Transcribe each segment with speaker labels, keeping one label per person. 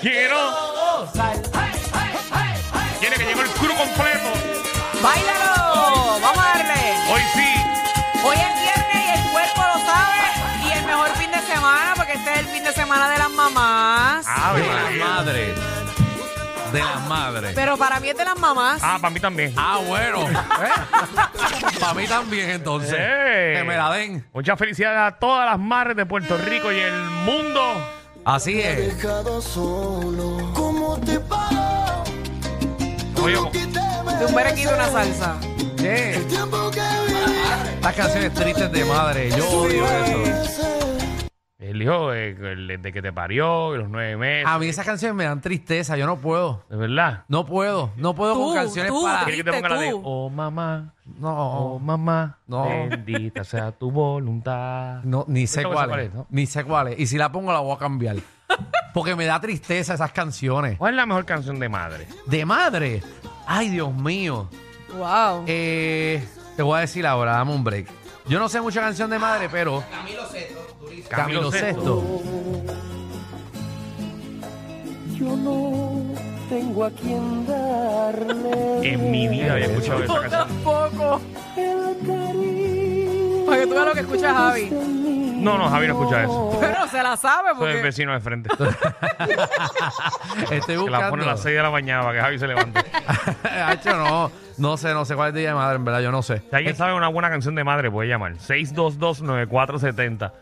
Speaker 1: Quiero. Quiere que llegó el crew completo.
Speaker 2: ¡Báilalo! ¡Vamos a darle!
Speaker 1: Hoy sí.
Speaker 2: Hoy es viernes y el cuerpo lo sabe. Y el mejor fin de semana, porque este es el fin de semana de las mamás.
Speaker 1: Ave
Speaker 3: De las
Speaker 1: María.
Speaker 3: madres. De las madres.
Speaker 2: Pero para mí es de las mamás.
Speaker 1: Ah, para mí también.
Speaker 3: Ah, bueno. Para mí también, entonces.
Speaker 1: Eh.
Speaker 3: Que me la den.
Speaker 1: Muchas felicidades a todas las madres de Puerto Rico y el mundo.
Speaker 3: Así es.
Speaker 4: dejado solo. ¿Cómo te paro?
Speaker 1: Oye,
Speaker 2: De un berequito y una salsa.
Speaker 3: Yeah.
Speaker 4: Tiempo que viví.
Speaker 3: Estas canciones tristes de madre. Yo odio eso.
Speaker 1: el hijo de, el de que te parió, de los nueve meses.
Speaker 3: A mí esas canciones me dan tristeza. Yo no puedo.
Speaker 1: De verdad.
Speaker 3: No puedo. No puedo
Speaker 2: Tú,
Speaker 3: con canciones
Speaker 2: tú,
Speaker 3: para.
Speaker 1: Quiere que te ponga la de
Speaker 2: tú.
Speaker 1: Oh mamá, oh
Speaker 3: No,
Speaker 1: mamá,
Speaker 3: No.
Speaker 1: bendita sea tu voluntad.
Speaker 3: no, ni sé
Speaker 1: Yo
Speaker 3: cuál,
Speaker 1: tampoco sé
Speaker 3: es,
Speaker 1: cuál es, ¿no?
Speaker 3: Ni sé cuál es. Y si la pongo, la voy a cambiar. Porque me da tristeza esas canciones.
Speaker 1: ¿Cuál es la mejor canción de madre?
Speaker 3: De madre. Ay, Dios mío.
Speaker 2: Wow.
Speaker 3: Eh, te voy a decir ahora, dame un break. Yo no sé mucha canción de madre, pero. Camilo Sexto.
Speaker 4: Yo no tengo a quien darle
Speaker 1: En mi vida había escuchado esa
Speaker 2: Yo
Speaker 1: canción.
Speaker 2: tampoco.
Speaker 4: el cariño.
Speaker 2: Para que tú veas lo que escucha Javi.
Speaker 1: No, no, Javi no escucha eso.
Speaker 2: Pero se la sabe
Speaker 1: Soy el
Speaker 2: porque.
Speaker 1: vecino de frente.
Speaker 3: Estoy
Speaker 1: Que la pone a
Speaker 3: buscando.
Speaker 1: las 6 de la mañana para que Javi se levante.
Speaker 3: Hacho, no, no sé, no sé cuál es el día de madre, en verdad, yo no sé.
Speaker 1: Si alguien sabe una buena canción de madre, puede llamar. 622-9470.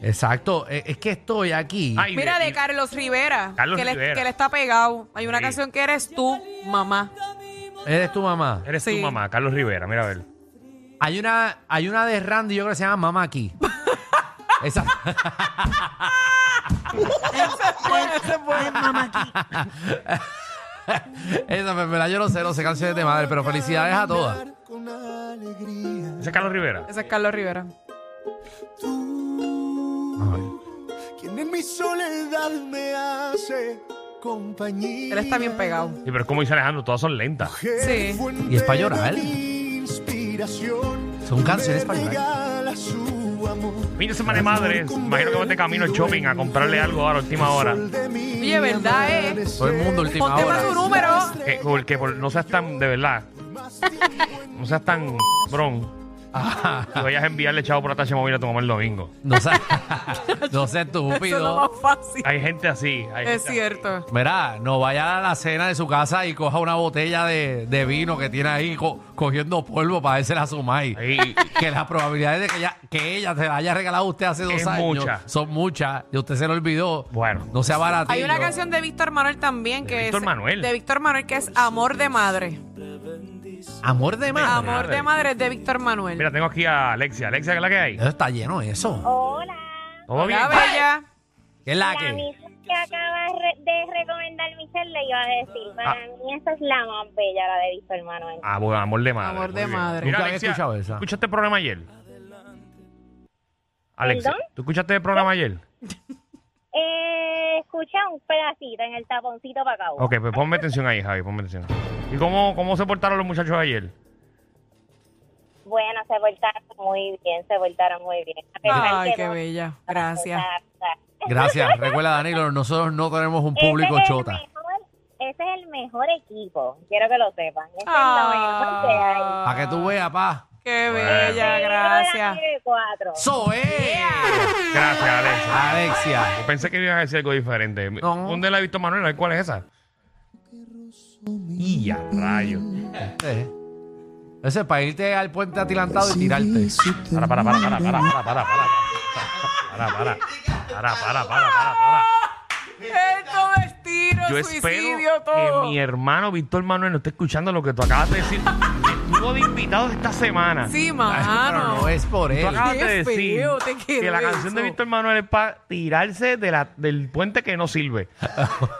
Speaker 3: Exacto, es, es que estoy aquí.
Speaker 1: Ay,
Speaker 2: Mira
Speaker 1: de-
Speaker 2: de Carlos Rivera.
Speaker 1: Carlos
Speaker 2: que, le-
Speaker 1: Rivera.
Speaker 2: que le está pegado. Hay una
Speaker 1: Sí.
Speaker 2: canción que eres tú, mamá.
Speaker 3: Eres tu mamá.
Speaker 1: Eres
Speaker 2: Sí.
Speaker 1: tu mamá, Carlos Rivera. Mira a ver.
Speaker 3: Hay una, hay una de Randy, yo creo que se llama Mamá aquí. Esa, esa, en verdad, yo no sé, no sé canciones de madre, pero felicidades a todas.
Speaker 4: Con alegría.
Speaker 1: Ese es Carlos Rivera.
Speaker 2: Ese es Carlos Rivera.
Speaker 4: Tú, quien en mi soledad me hace compañía.
Speaker 2: Él está bien pegado.
Speaker 1: Sí, pero es como dice Alejandro, todas son lentas.
Speaker 2: Sí.
Speaker 3: Y es pa' llorar.
Speaker 4: Inspiración.
Speaker 3: Son canciones pa' llorar.
Speaker 4: regala su amor.
Speaker 1: Mira semana de madres. Imagino que vas de camino al shopping a comprarle algo ahora, última hora.
Speaker 2: Oye, ¿verdad, eh?
Speaker 3: Todo el mundo, última
Speaker 2: Ponte
Speaker 3: hora.
Speaker 2: más tu número.
Speaker 1: Que, Eh, que por- no seas tan, de verdad, no seas tan bron. Que vayas a enviarle chavo por la tacha móvil a tu mamá el domingo.
Speaker 3: No sé, no sé,
Speaker 2: Eso es lo
Speaker 3: estúpido.
Speaker 2: más fácil.
Speaker 1: Hay gente así. hay
Speaker 2: Es
Speaker 1: gente
Speaker 2: cierto.
Speaker 3: Mira, no vaya a la cena de su casa y coja una botella de, de vino que tiene ahí co- cogiendo polvo para dársela a su mai.
Speaker 1: así. Ahí-
Speaker 3: que las probabilidades de que ella, que ella te la haya regalado a usted hace dos
Speaker 1: Es
Speaker 3: años
Speaker 1: mucha.
Speaker 3: son muchas y usted se lo olvidó.
Speaker 1: Bueno.
Speaker 3: No sea baratillo.
Speaker 2: Hay una canción de Víctor Manuel también que
Speaker 1: Víctor
Speaker 2: es
Speaker 1: Manuel.
Speaker 2: de Víctor Manuel que es Amor de madre.
Speaker 3: Amor de madre.
Speaker 2: Amor de madre es de Víctor Manuel.
Speaker 1: mira, tengo aquí a Alexia. Alexia, ¿qué es la que hay?
Speaker 3: Eso está lleno
Speaker 2: Oh.
Speaker 3: eso.
Speaker 5: Hola.
Speaker 1: ¿Todo bien?
Speaker 2: La bella.
Speaker 3: Ah, ¿Qué es la
Speaker 5: La
Speaker 3: que?
Speaker 5: misa que acaba re- de recomendar Michelle le iba a decir. Para
Speaker 1: Ah.
Speaker 5: mí esa es la más bella, la de eh". Víctor Manuel.
Speaker 1: Ah, bueno, amor de madre.
Speaker 2: Amor
Speaker 1: muy
Speaker 2: de
Speaker 1: bien.
Speaker 2: madre.
Speaker 1: Mira,
Speaker 3: Nunca había
Speaker 1: Alexia,
Speaker 3: escuchado esa.
Speaker 1: ¿escuchaste el programa ayer? Alexia,
Speaker 5: ¿Perdón?
Speaker 1: ¿tú escuchaste el programa ayer?
Speaker 5: Eh, escucha un pedacito en el taponcito para acá.
Speaker 1: Ok, pues ponme atención ahí, Javi, ponme atención. ¿Y cómo, cómo se portaron los muchachos ayer?
Speaker 5: Bueno, se portaron muy bien, se portaron muy bien. A pesar
Speaker 2: Ay,
Speaker 5: que
Speaker 2: qué
Speaker 5: no-
Speaker 2: bella. Gracias.
Speaker 5: O sea,
Speaker 3: Gracias. Recuerda, Danilo, nosotros no tenemos
Speaker 2: Este
Speaker 3: un público
Speaker 5: ese es el
Speaker 3: chota.
Speaker 5: mejor- Ese es el mejor equipo, quiero que lo sepan. Ese es lo mejor que hay.
Speaker 2: Ah,
Speaker 3: Para que tú veas, pa.
Speaker 2: Qué
Speaker 1: Bueno.
Speaker 2: bella,
Speaker 5: Pero la
Speaker 2: gracias.
Speaker 5: tiene cuatro.
Speaker 3: ¡Eso es!
Speaker 1: Gracias, Alexia.
Speaker 3: Alexia.
Speaker 1: Pensé que ibas a decir algo diferente.
Speaker 3: No.
Speaker 1: ¿Dónde la he visto Manuel? A ver, ¿Cuál es esa? Y a rayo.
Speaker 3: Eh. Eso es para irte al puente atilantado y tirarte.
Speaker 1: Para, para, para, para, para, para, para, para, para, para, para, para, para, para, para.
Speaker 2: Esto destino,
Speaker 1: Yo
Speaker 2: suicidio,
Speaker 1: espero
Speaker 2: todo.
Speaker 1: que mi hermano Víctor Manuel no esté escuchando lo que tú acabas de decir. Estuvo de invitado esta semana.
Speaker 2: Sí,
Speaker 3: Pero
Speaker 2: mano.
Speaker 3: no es por
Speaker 1: Tú
Speaker 3: él.
Speaker 1: acabas
Speaker 2: Qué
Speaker 1: de decir
Speaker 2: feo te quedó
Speaker 1: que la canción de
Speaker 2: eso.
Speaker 1: Víctor Manuel es para tirarse de la, del puente que no sirve.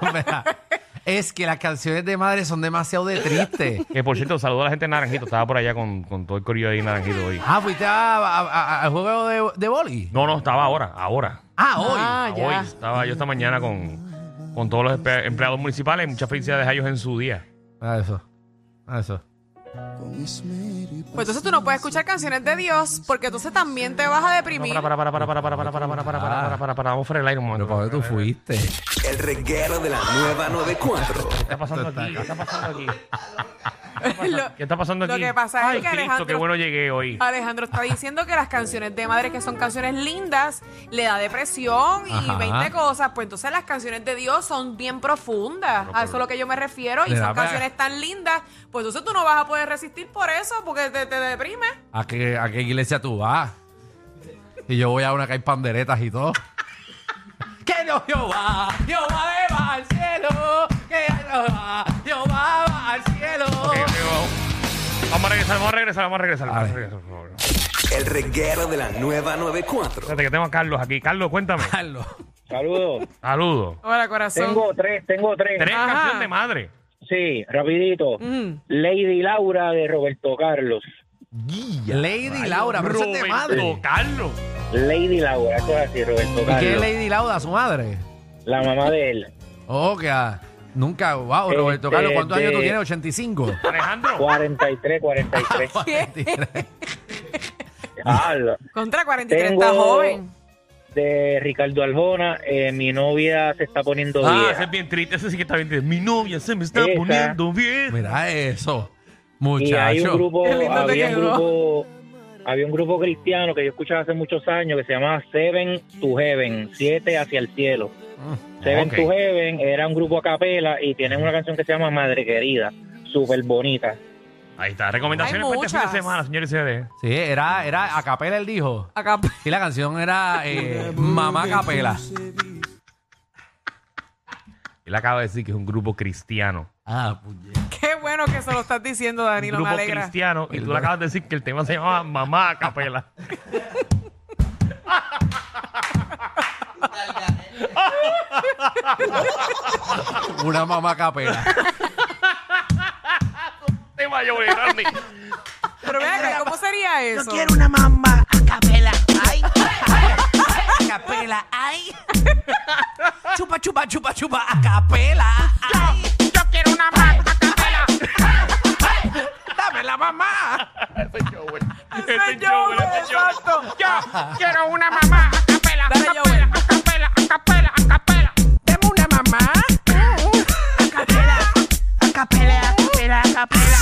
Speaker 3: Mira, es que las canciones de madre son demasiado de triste.
Speaker 1: Que por cierto, saludo a la gente de Naranjito. Estaba por allá con, con todo el corillo ahí de Naranjito hoy.
Speaker 3: Ah, fuiste a- a- a- al juego de, de boli.
Speaker 1: No, no, estaba ahora, ahora.
Speaker 3: Ah, hoy.
Speaker 2: Ah,
Speaker 1: Hoy
Speaker 2: ya.
Speaker 1: estaba yo esta mañana con, con todos los empe- empleados municipales. Muchas felicidades a ellos en su día.
Speaker 3: Ah, eso. Ah, eso.
Speaker 4: con esmero y
Speaker 2: Pues entonces tú no puedes escuchar canciones de Dios porque entonces también te vas a deprimir.
Speaker 1: Para, para, para, para, para, para, para, para, para, para, para, para, para, para, vamos a frenar el aire un
Speaker 3: Pero
Speaker 1: momento.
Speaker 3: para dónde tú fuiste.
Speaker 6: El reguero de la nueva 94.
Speaker 1: ¿Qué está pasando aquí? ¿Qué está pasando aquí?
Speaker 2: Lo-
Speaker 1: ¿Qué está pasando
Speaker 2: Lo
Speaker 1: aquí?
Speaker 2: que pasa es
Speaker 1: Ay,
Speaker 2: que
Speaker 1: Cristo,
Speaker 2: Alejandro-
Speaker 1: qué bueno llegué hoy.
Speaker 2: Alejandro está diciendo que las canciones de madre, que son canciones lindas, le da depresión y
Speaker 3: Ajá.
Speaker 2: 20 cosas. Pues entonces las canciones de Dios son bien profundas. a eso es lo que yo me refiero. Y
Speaker 3: Le
Speaker 2: son
Speaker 3: da pa-
Speaker 2: canciones tan lindas. Pues entonces tú no vas a poder resistir por eso, porque te, te deprime.
Speaker 3: ¿A qué, ¿A qué iglesia tú vas? Y yo voy a una que hay panderetas y todo. que no Jehová, Jehová me va al cielo. Que Jehová, Jehová va al cielo.
Speaker 1: Ok, ok, vamos. Vamos a regresar, vamos a regresar, vamos a regresar.
Speaker 3: A
Speaker 1: Vamos a
Speaker 3: ver.
Speaker 1: regresar, por favor.
Speaker 6: El reguero de la nueva 94.
Speaker 1: Espérate que tengo a Carlos aquí. Carlos, cuéntame.
Speaker 3: Carlos.
Speaker 7: Saludos.
Speaker 1: Saludos.
Speaker 2: Hola, corazón.
Speaker 7: Tengo tres, tengo tres.
Speaker 1: Tres
Speaker 2: Ajá.
Speaker 1: canciones de madre.
Speaker 7: Sí, rapidito.
Speaker 2: Mm.
Speaker 7: Lady Laura de Roberto Carlos.
Speaker 3: Lady Laura, pero eso es de
Speaker 1: Roberto
Speaker 3: madre.
Speaker 1: Carlos.
Speaker 7: Lady Laura, eso es así, Roberto
Speaker 3: ¿Y qué es
Speaker 7: Carlos.
Speaker 3: Lady Laura, su madre?
Speaker 7: La mamá de él.
Speaker 3: Oh, que ah, nunca, wow, Roberto
Speaker 7: Este,
Speaker 3: Carlos, ¿cuántos años tú
Speaker 7: de-
Speaker 3: tienes? 85.
Speaker 1: Alejandro.
Speaker 7: 43, 43.
Speaker 3: ¿Qué?
Speaker 7: Ah, lo-
Speaker 2: Contra 43
Speaker 7: Tengo-
Speaker 2: está joven.
Speaker 7: de Ricardo Aljona, eh, mi novia se está poniendo
Speaker 1: Ah, ese
Speaker 7: vieja.
Speaker 1: es bien triste. Ese sí que está bien triste. Mi novia se me está
Speaker 7: Esa.
Speaker 1: poniendo bien.
Speaker 3: Mira eso,
Speaker 7: Y hay un
Speaker 3: muchacho.
Speaker 7: grupo,
Speaker 2: Qué lindo te
Speaker 7: había un
Speaker 2: quedó.
Speaker 7: grupo, había un grupo cristiano que yo escuchaba hace muchos años que se llamaba Seven to Heaven, siete hacia el cielo. Seven
Speaker 1: ok.
Speaker 7: to Heaven era un grupo a capela y tienen una canción que se llama Madre Querida, súper bonita.
Speaker 1: Ahí está. Recomendaciones
Speaker 2: Hay
Speaker 1: para este fin de
Speaker 2: muchas.
Speaker 1: semana, señores y señores.
Speaker 3: Sí, era, era a capela él dijo.
Speaker 2: Acá.
Speaker 3: Y la canción era eh, Mamá Capela.
Speaker 1: Él acaba de decir que es un grupo cristiano.
Speaker 3: Ah, puñeta.
Speaker 2: Qué bueno que se lo estás diciendo,
Speaker 1: Un
Speaker 2: Danilo. Me
Speaker 1: grupo
Speaker 2: alegra.
Speaker 1: cristiano. Y tú le acabas de decir que el tema se llamaba Mamá a Capela.
Speaker 3: Una mamá capela.
Speaker 1: tema yo voy a llorar, Nick.
Speaker 2: Pero ven acá, ¿cómo sería eso?
Speaker 8: una mamá a capela. Ay. A capela. Ay. Chupa, chupa, chupa, chupa. A capela. Ay. Yo quiero una mamá a capela. Dame la mamá.
Speaker 2: Ese
Speaker 1: Este
Speaker 2: es
Speaker 1: show,
Speaker 2: Joel,
Speaker 1: este show.
Speaker 2: exacto.
Speaker 8: Quiero una mamá a capela.
Speaker 2: Dale,
Speaker 8: A
Speaker 2: Joel.
Speaker 8: capela, a capela, a capela, a capela. Dame una mamá. A capela. A capela, a capela, a capela.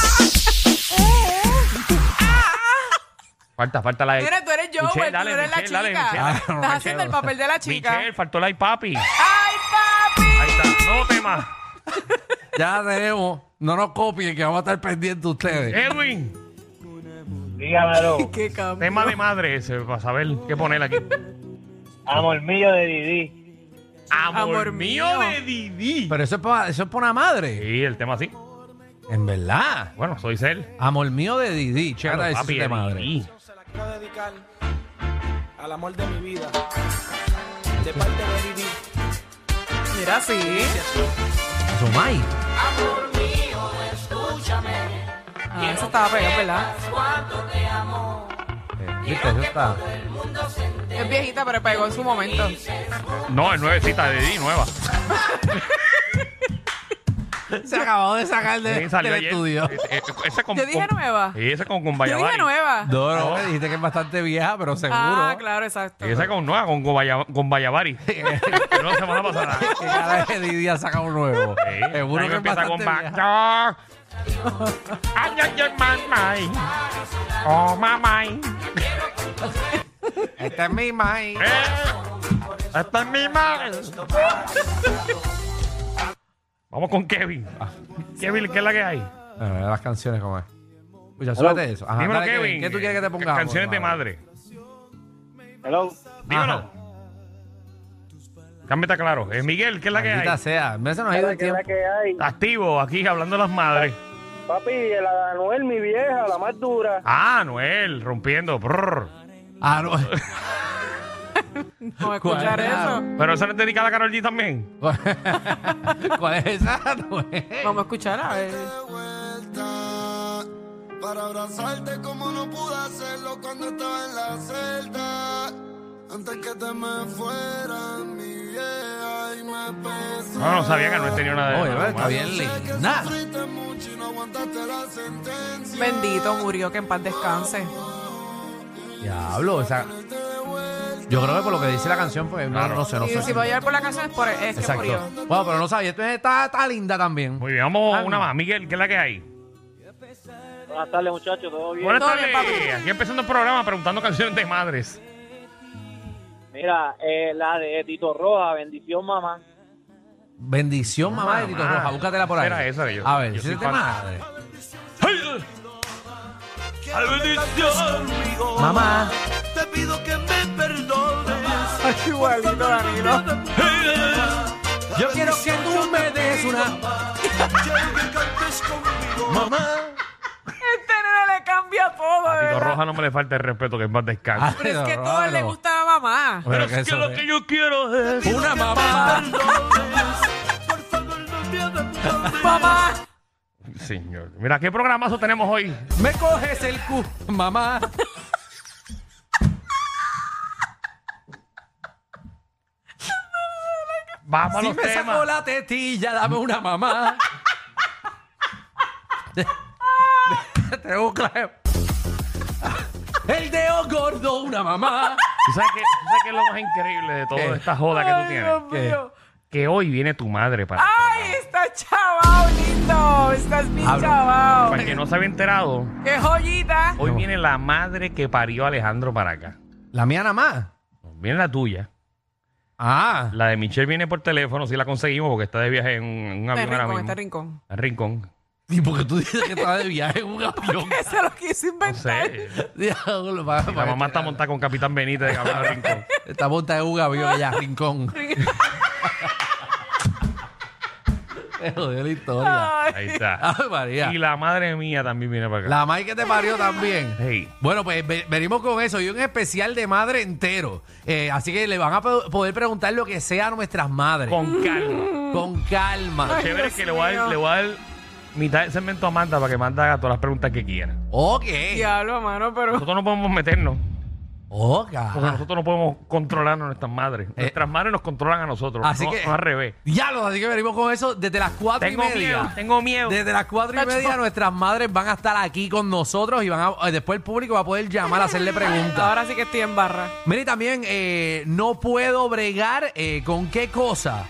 Speaker 1: Falta, falta la.
Speaker 2: Mira, tú eres Joel,
Speaker 1: Michelle,
Speaker 2: tú
Speaker 1: dale,
Speaker 2: eres
Speaker 1: Michelle,
Speaker 2: la
Speaker 1: dale,
Speaker 2: chica.
Speaker 1: Michelle.
Speaker 3: Ah, no,
Speaker 2: Estás haciendo el
Speaker 3: Michelle.
Speaker 2: papel de la chica.
Speaker 1: Michelle, faltó la papi. Ahí
Speaker 2: ¡Ay, papi!
Speaker 1: está. Nuevo tema.
Speaker 3: Ya la tenemos. No nos copien que vamos a estar pendientes ustedes.
Speaker 1: Edwin,
Speaker 7: Dígamelo,
Speaker 2: ¡Qué cambio!
Speaker 1: tema de madre ese, para saber qué poner aquí.
Speaker 7: amor mío de Didi.
Speaker 1: Amor,
Speaker 2: Amor
Speaker 1: mío
Speaker 2: mío.
Speaker 1: de Didi.
Speaker 3: Pero eso es para eso es pa' una madre.
Speaker 1: Sí, el tema así.
Speaker 3: En verdad.
Speaker 1: Bueno, soy él.
Speaker 3: Amor mío de Didi. Chécate eso de madre.
Speaker 9: Se la quiero dedicar al amor de mi vida. De parte de Didi.
Speaker 2: Mira, sí.
Speaker 3: Eso, May.
Speaker 2: Ah, eso estaba pegado, ¿verdad?
Speaker 3: Eh, Viste, eso está.
Speaker 2: Es viejita, pero pegó en su momento.
Speaker 1: No, es nuevecita de Didi, nueva.
Speaker 3: Se acabó de sacar de-
Speaker 1: Sí, salió
Speaker 3: del
Speaker 1: ayer.
Speaker 3: estudio.
Speaker 1: Eh, eh, ese con-
Speaker 2: Yo dije
Speaker 1: con-
Speaker 2: nueva.
Speaker 1: Sí, ese con con
Speaker 2: Yo dije
Speaker 1: Guayabari.
Speaker 2: nueva.
Speaker 3: No, no, me dijiste que es bastante vieja, pero seguro.
Speaker 2: Ah, claro, exacto.
Speaker 1: Sí, ese con nueva, con Guaya- con Guayabari. Que no la semana pasada.
Speaker 3: Que cada vez Didi ha sacado un nuevo.
Speaker 1: Sí,
Speaker 3: Seguro
Speaker 1: ahí
Speaker 3: que es
Speaker 1: empieza con
Speaker 3: bastante
Speaker 1: back
Speaker 3: vieja.
Speaker 1: door. Ay, ay, ay, mamay. Oh, mamay.
Speaker 3: Esta es mi May.
Speaker 1: Eh, Esta es mi madre. Vamos con Kevin.
Speaker 3: Ah.
Speaker 1: Kevin, ¿qué es la que hay?
Speaker 3: Bueno, mira las canciones como es. Escucha, súbete eso. Ajá,
Speaker 1: Dímelo,
Speaker 3: Ah, dale,
Speaker 1: Kevin.
Speaker 3: ¿Qué tú quieres que te pongamos?
Speaker 1: Canciones de madre.
Speaker 7: Hello.
Speaker 1: Dímelo. Cámbiate a claro. Eh, Miguel, ¿qué es la que hay?
Speaker 3: Maldita sea. Mira, se nos ha ido el
Speaker 7: ¿Qué es la
Speaker 3: tiempo.
Speaker 7: que hay?
Speaker 1: Activo, aquí hablando de las madres.
Speaker 7: Papi, la de Anuel, mi vieja, la más dura.
Speaker 1: Ah, Noel, rompiendo. brr.
Speaker 3: Ah, no.
Speaker 2: No escuchar
Speaker 3: ¿Cuál?
Speaker 2: eso.
Speaker 1: Pero eso no es dedicada a Carol G también.
Speaker 3: ¿Cuál es esa? No es.
Speaker 2: Vamos a escuchar a ver.
Speaker 4: de vuelta para abrazarte como no pude hacerlo cuando estaba en la celda. Antes que te me fueras, mi vieja, y me pesa.
Speaker 1: No, no sabía que no tenía una de
Speaker 3: Oye, está bien linda.
Speaker 4: Sufriste mucho y no aguantaste aceptaste la sentencia.
Speaker 2: Bendito murió, que en paz descanse.
Speaker 3: Diablo, esa. Yo creo que por lo que dice la canción, pues no, no sé, no
Speaker 2: Y
Speaker 3: sé.
Speaker 2: si voy a llevar por la canción es, por, es que
Speaker 3: Exacto.
Speaker 2: murió.
Speaker 3: Bueno, pero no sabía. Esto está, está linda también.
Speaker 1: Muy bien, vamos
Speaker 3: Ah,
Speaker 1: una
Speaker 3: no.
Speaker 1: más. Miguel, ¿qué es la que hay?
Speaker 7: Buenas tardes, muchachos, ¿todo bien?
Speaker 1: Buenas
Speaker 2: Todo
Speaker 1: tardes.
Speaker 2: bien, papi.
Speaker 1: Aquí empezando el programa preguntando canciones de madres.
Speaker 7: Mira, eh, la de Tito Roja, bendición, mamá.
Speaker 3: Bendición, mamá de Tito
Speaker 1: Mamá.
Speaker 3: Roja. Búscatela por ahí.
Speaker 1: Era esa de yo.
Speaker 3: A ver,
Speaker 1: Yo
Speaker 3: ese
Speaker 1: soy
Speaker 3: tema,
Speaker 1: fan.
Speaker 3: madre. Mamá.
Speaker 4: Te pido que me perdones.
Speaker 2: Igualito, Danilo.
Speaker 3: Yo quiero que tú me des una.
Speaker 4: Quiero que cantes conmigo.
Speaker 3: Mamá.
Speaker 2: Este nene le cambia todo, de
Speaker 1: Tito
Speaker 2: verdad.
Speaker 1: Roja no me le falta el respeto, que es más descanso.
Speaker 2: Pero es que todo él le gusta a mamá.
Speaker 3: Ah, Pero que eso es
Speaker 1: yo quiero es.
Speaker 3: una mamá.
Speaker 4: Por favor, no me abandones.
Speaker 2: Mamá.
Speaker 1: Señor. Mira, ¿qué programazo tenemos hoy?
Speaker 3: Me coges el cu, mamá.
Speaker 1: Vamos
Speaker 3: Si
Speaker 1: a los
Speaker 3: me sacó
Speaker 1: temas.
Speaker 3: la tetilla, dame una mamá. Te busco. El dedo gordo, una mamá.
Speaker 1: ¿Tú sabes qué, tú sabes qué es lo más increíble de toda
Speaker 3: ¿Qué?
Speaker 1: esta joda que tú tienes?
Speaker 2: Dios mío.
Speaker 1: Que hoy viene tu madre para. el
Speaker 2: Ay,
Speaker 1: programa.
Speaker 2: está chavao, lindo. Estás bien
Speaker 3: Habla.
Speaker 2: chavao.
Speaker 1: Para el que no se había enterado,
Speaker 2: Qué joyita.
Speaker 1: hoy
Speaker 3: No.
Speaker 1: viene la madre que parió a Alejandro para acá.
Speaker 3: La mía nada más.
Speaker 1: Viene la tuya.
Speaker 3: Ah.
Speaker 1: La de Michelle viene por teléfono, si la conseguimos, porque está de viaje en un, en un
Speaker 2: Este
Speaker 1: avión ahora
Speaker 2: rincón,
Speaker 1: mismo.
Speaker 2: este rincón.
Speaker 1: En rincón.
Speaker 3: ¿Y porque tú dices que estaba de viaje en un avión?
Speaker 2: Eso lo quiso
Speaker 1: No
Speaker 2: inventar.
Speaker 1: sé.
Speaker 3: Diablo, va,
Speaker 1: Y La
Speaker 3: va,
Speaker 1: mamá está montada con Capitán Benítez de Cabrón al Rincón.
Speaker 3: Está montada en un avión allá, rincón. Te jodió la historia.
Speaker 2: Ay.
Speaker 1: Ahí está.
Speaker 3: Ay, María.
Speaker 1: Y la madre mía también viene para acá.
Speaker 3: La May que te parió también.
Speaker 1: Hey.
Speaker 3: Bueno, pues ve- venimos con eso y un especial de madre entero. Eh, así que le van a po- poder preguntar lo que sea a nuestras madres. Con,
Speaker 1: Con calma.
Speaker 3: calma.
Speaker 1: Chévere
Speaker 2: Dios
Speaker 1: que le voy, a dar,
Speaker 2: mío.
Speaker 1: le voy a dar mitad del segmento a Amanda para que Amanda haga todas las preguntas que quiera.
Speaker 3: Ok.
Speaker 2: Diablo, mano, pero.
Speaker 1: Nosotros no podemos meternos,
Speaker 3: Ok.
Speaker 1: porque nosotros no podemos controlar a nuestras madres. Nuestras madres nos controlan a nosotros,
Speaker 3: Eh. Así
Speaker 1: no,
Speaker 3: que.
Speaker 1: no al revés.
Speaker 3: Diablo, así que venimos con eso desde las cuatro
Speaker 1: Tengo
Speaker 3: y media.
Speaker 1: miedo, tengo miedo.
Speaker 3: Desde las cuatro y media nuestras madres van a estar aquí con nosotros y van a, eh, después el público va a poder llamar a hacerle preguntas.
Speaker 2: Ahora sí que estoy en barra.
Speaker 3: Mira, y también eh, no puedo bregar eh, con qué cosa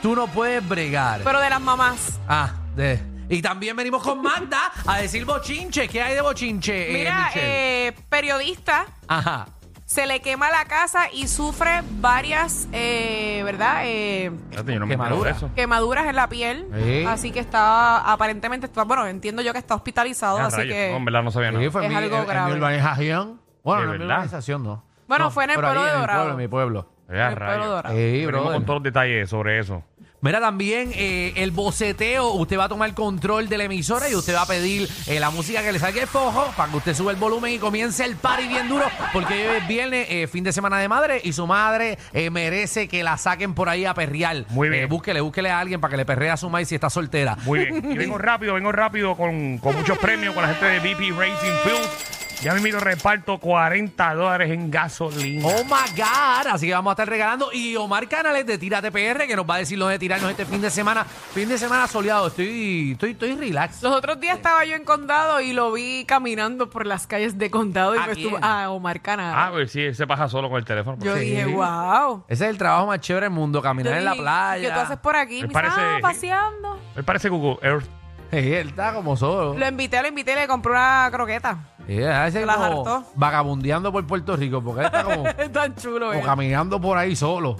Speaker 3: tú no puedes bregar.
Speaker 2: Pero de las mamás.
Speaker 3: Ah, de. Y también venimos con Magda a decir bochinche. ¿Qué hay de bochinche, eh,
Speaker 2: Mira,
Speaker 3: Michelle?
Speaker 2: eh, periodista
Speaker 3: Ajá.
Speaker 2: se le quema la casa y sufre varias, eh, ¿verdad? Eh,
Speaker 1: Espérate, yo no me
Speaker 3: Quemadura.
Speaker 1: entero de eso.
Speaker 2: quemaduras en la piel.
Speaker 3: Sí.
Speaker 2: Así que está, aparentemente está, bueno, entiendo yo que está hospitalizado,
Speaker 1: Ah,
Speaker 2: así
Speaker 1: rayos.
Speaker 2: que.
Speaker 1: No, en verdad no sabía nada.
Speaker 3: Sí, fue
Speaker 2: Es
Speaker 3: mi-
Speaker 2: algo
Speaker 3: en- en
Speaker 2: grave.
Speaker 3: mi urbanización. Bueno,
Speaker 1: ¿De
Speaker 3: no en mi
Speaker 1: verdad?
Speaker 3: urbanización no.
Speaker 2: Bueno,
Speaker 3: No,
Speaker 2: fue en el
Speaker 3: pero
Speaker 2: pueblo
Speaker 3: ahí
Speaker 2: de
Speaker 3: en mi
Speaker 2: Dorado.
Speaker 3: pueblo, en mi pueblo.
Speaker 1: Eh,
Speaker 2: El
Speaker 1: rayos.
Speaker 2: pelo dorado.
Speaker 3: Sí,
Speaker 1: Venimos
Speaker 3: brother.
Speaker 1: con todos los detalles sobre eso.
Speaker 3: Mira, también eh, el boceteo. Usted va a tomar control de la emisora y usted va a pedir eh, la música que le salga el fojo para que usted suba el volumen y comience el party bien duro. Porque hoy es viernes, eh, fin de semana de madre, y su madre eh, merece que la saquen por ahí a perrear.
Speaker 1: Muy bien.
Speaker 3: Eh, búsquele, búsquele a alguien para que le perrea a su madre si está soltera.
Speaker 1: Muy bien. Y vengo rápido, vengo rápido con, con muchos premios con la gente de BP Racing Field. Ya mismo reparto 40 dólares en gasolina.
Speaker 3: Oh my God, así que vamos a estar regalando. Y Omar Canales de Tírate PR, que nos va a decir dónde tirarnos este fin de semana. Fin de semana soleado, estoy, estoy, estoy relax.
Speaker 2: Los otros días estaba yo en Condado y lo vi caminando por las calles de Condado y
Speaker 3: ¿A
Speaker 2: me estuvo
Speaker 3: quién?
Speaker 2: a Omar
Speaker 1: Ah, a
Speaker 2: Canadá.
Speaker 1: ver si él se pasa solo con el teléfono.
Speaker 2: yo
Speaker 3: sí.
Speaker 2: dije, wow.
Speaker 3: Ese es el trabajo más chévere del mundo, caminar en la playa.
Speaker 2: ¿Qué tú haces por aquí?
Speaker 1: Me
Speaker 2: Me dice, ah,
Speaker 1: parece-
Speaker 2: paseando.
Speaker 1: Él parece Google Earth.
Speaker 3: Sí, él está como solo.
Speaker 2: Lo invité, lo invité, le compré una croqueta.
Speaker 3: Sí, a veces
Speaker 2: Las
Speaker 3: como
Speaker 2: hartó.
Speaker 3: vagabundeando por Puerto Rico, porque él está como, como
Speaker 2: Es tan chulo, eh.
Speaker 3: caminando por ahí solo.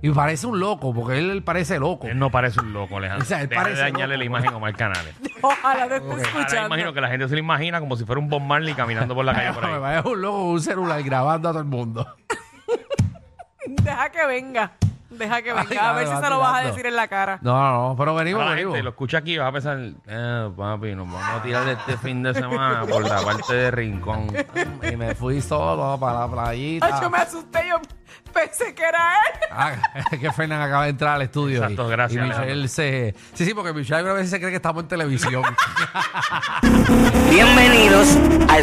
Speaker 3: Y parece un loco, porque él, parece loco.
Speaker 1: Él no parece un loco, Alejandro.
Speaker 3: O sea, él
Speaker 1: Deja de
Speaker 3: parece
Speaker 1: dañarle
Speaker 3: loco.
Speaker 1: la imagen a Omar Canales.
Speaker 2: Ojalá te esté
Speaker 1: Ahora
Speaker 2: escuchando.
Speaker 1: imagino que la gente se lo imagina como si fuera un Bob Marley caminando por la calle por
Speaker 3: Me
Speaker 1: ahí.
Speaker 3: parece un loco con un celular grabando a todo el mundo.
Speaker 2: Deja que venga. Deja que
Speaker 3: Ay,
Speaker 2: venga. A
Speaker 3: madre,
Speaker 2: ver si
Speaker 3: va
Speaker 2: se lo vas a
Speaker 3: tirando.
Speaker 2: decir en la cara.
Speaker 3: No, no, no, pero venimos,
Speaker 1: La
Speaker 3: venimos.
Speaker 1: gente lo escucha aquí y va a pensar, eh, papi, nos vamos a tirar este fin de semana por la parte de Rincón.
Speaker 3: Y me fui solo para la playita.
Speaker 2: Ay, yo me asusté, yo pensé que era él.
Speaker 3: Ah, es que Fernan acaba de entrar al estudio. y-
Speaker 1: Exacto, gracias,
Speaker 3: Y Michelle
Speaker 1: Alejandro.
Speaker 3: se. Sí, sí, porque Michelle a veces se cree que estamos en televisión.
Speaker 8: Bienvenidos al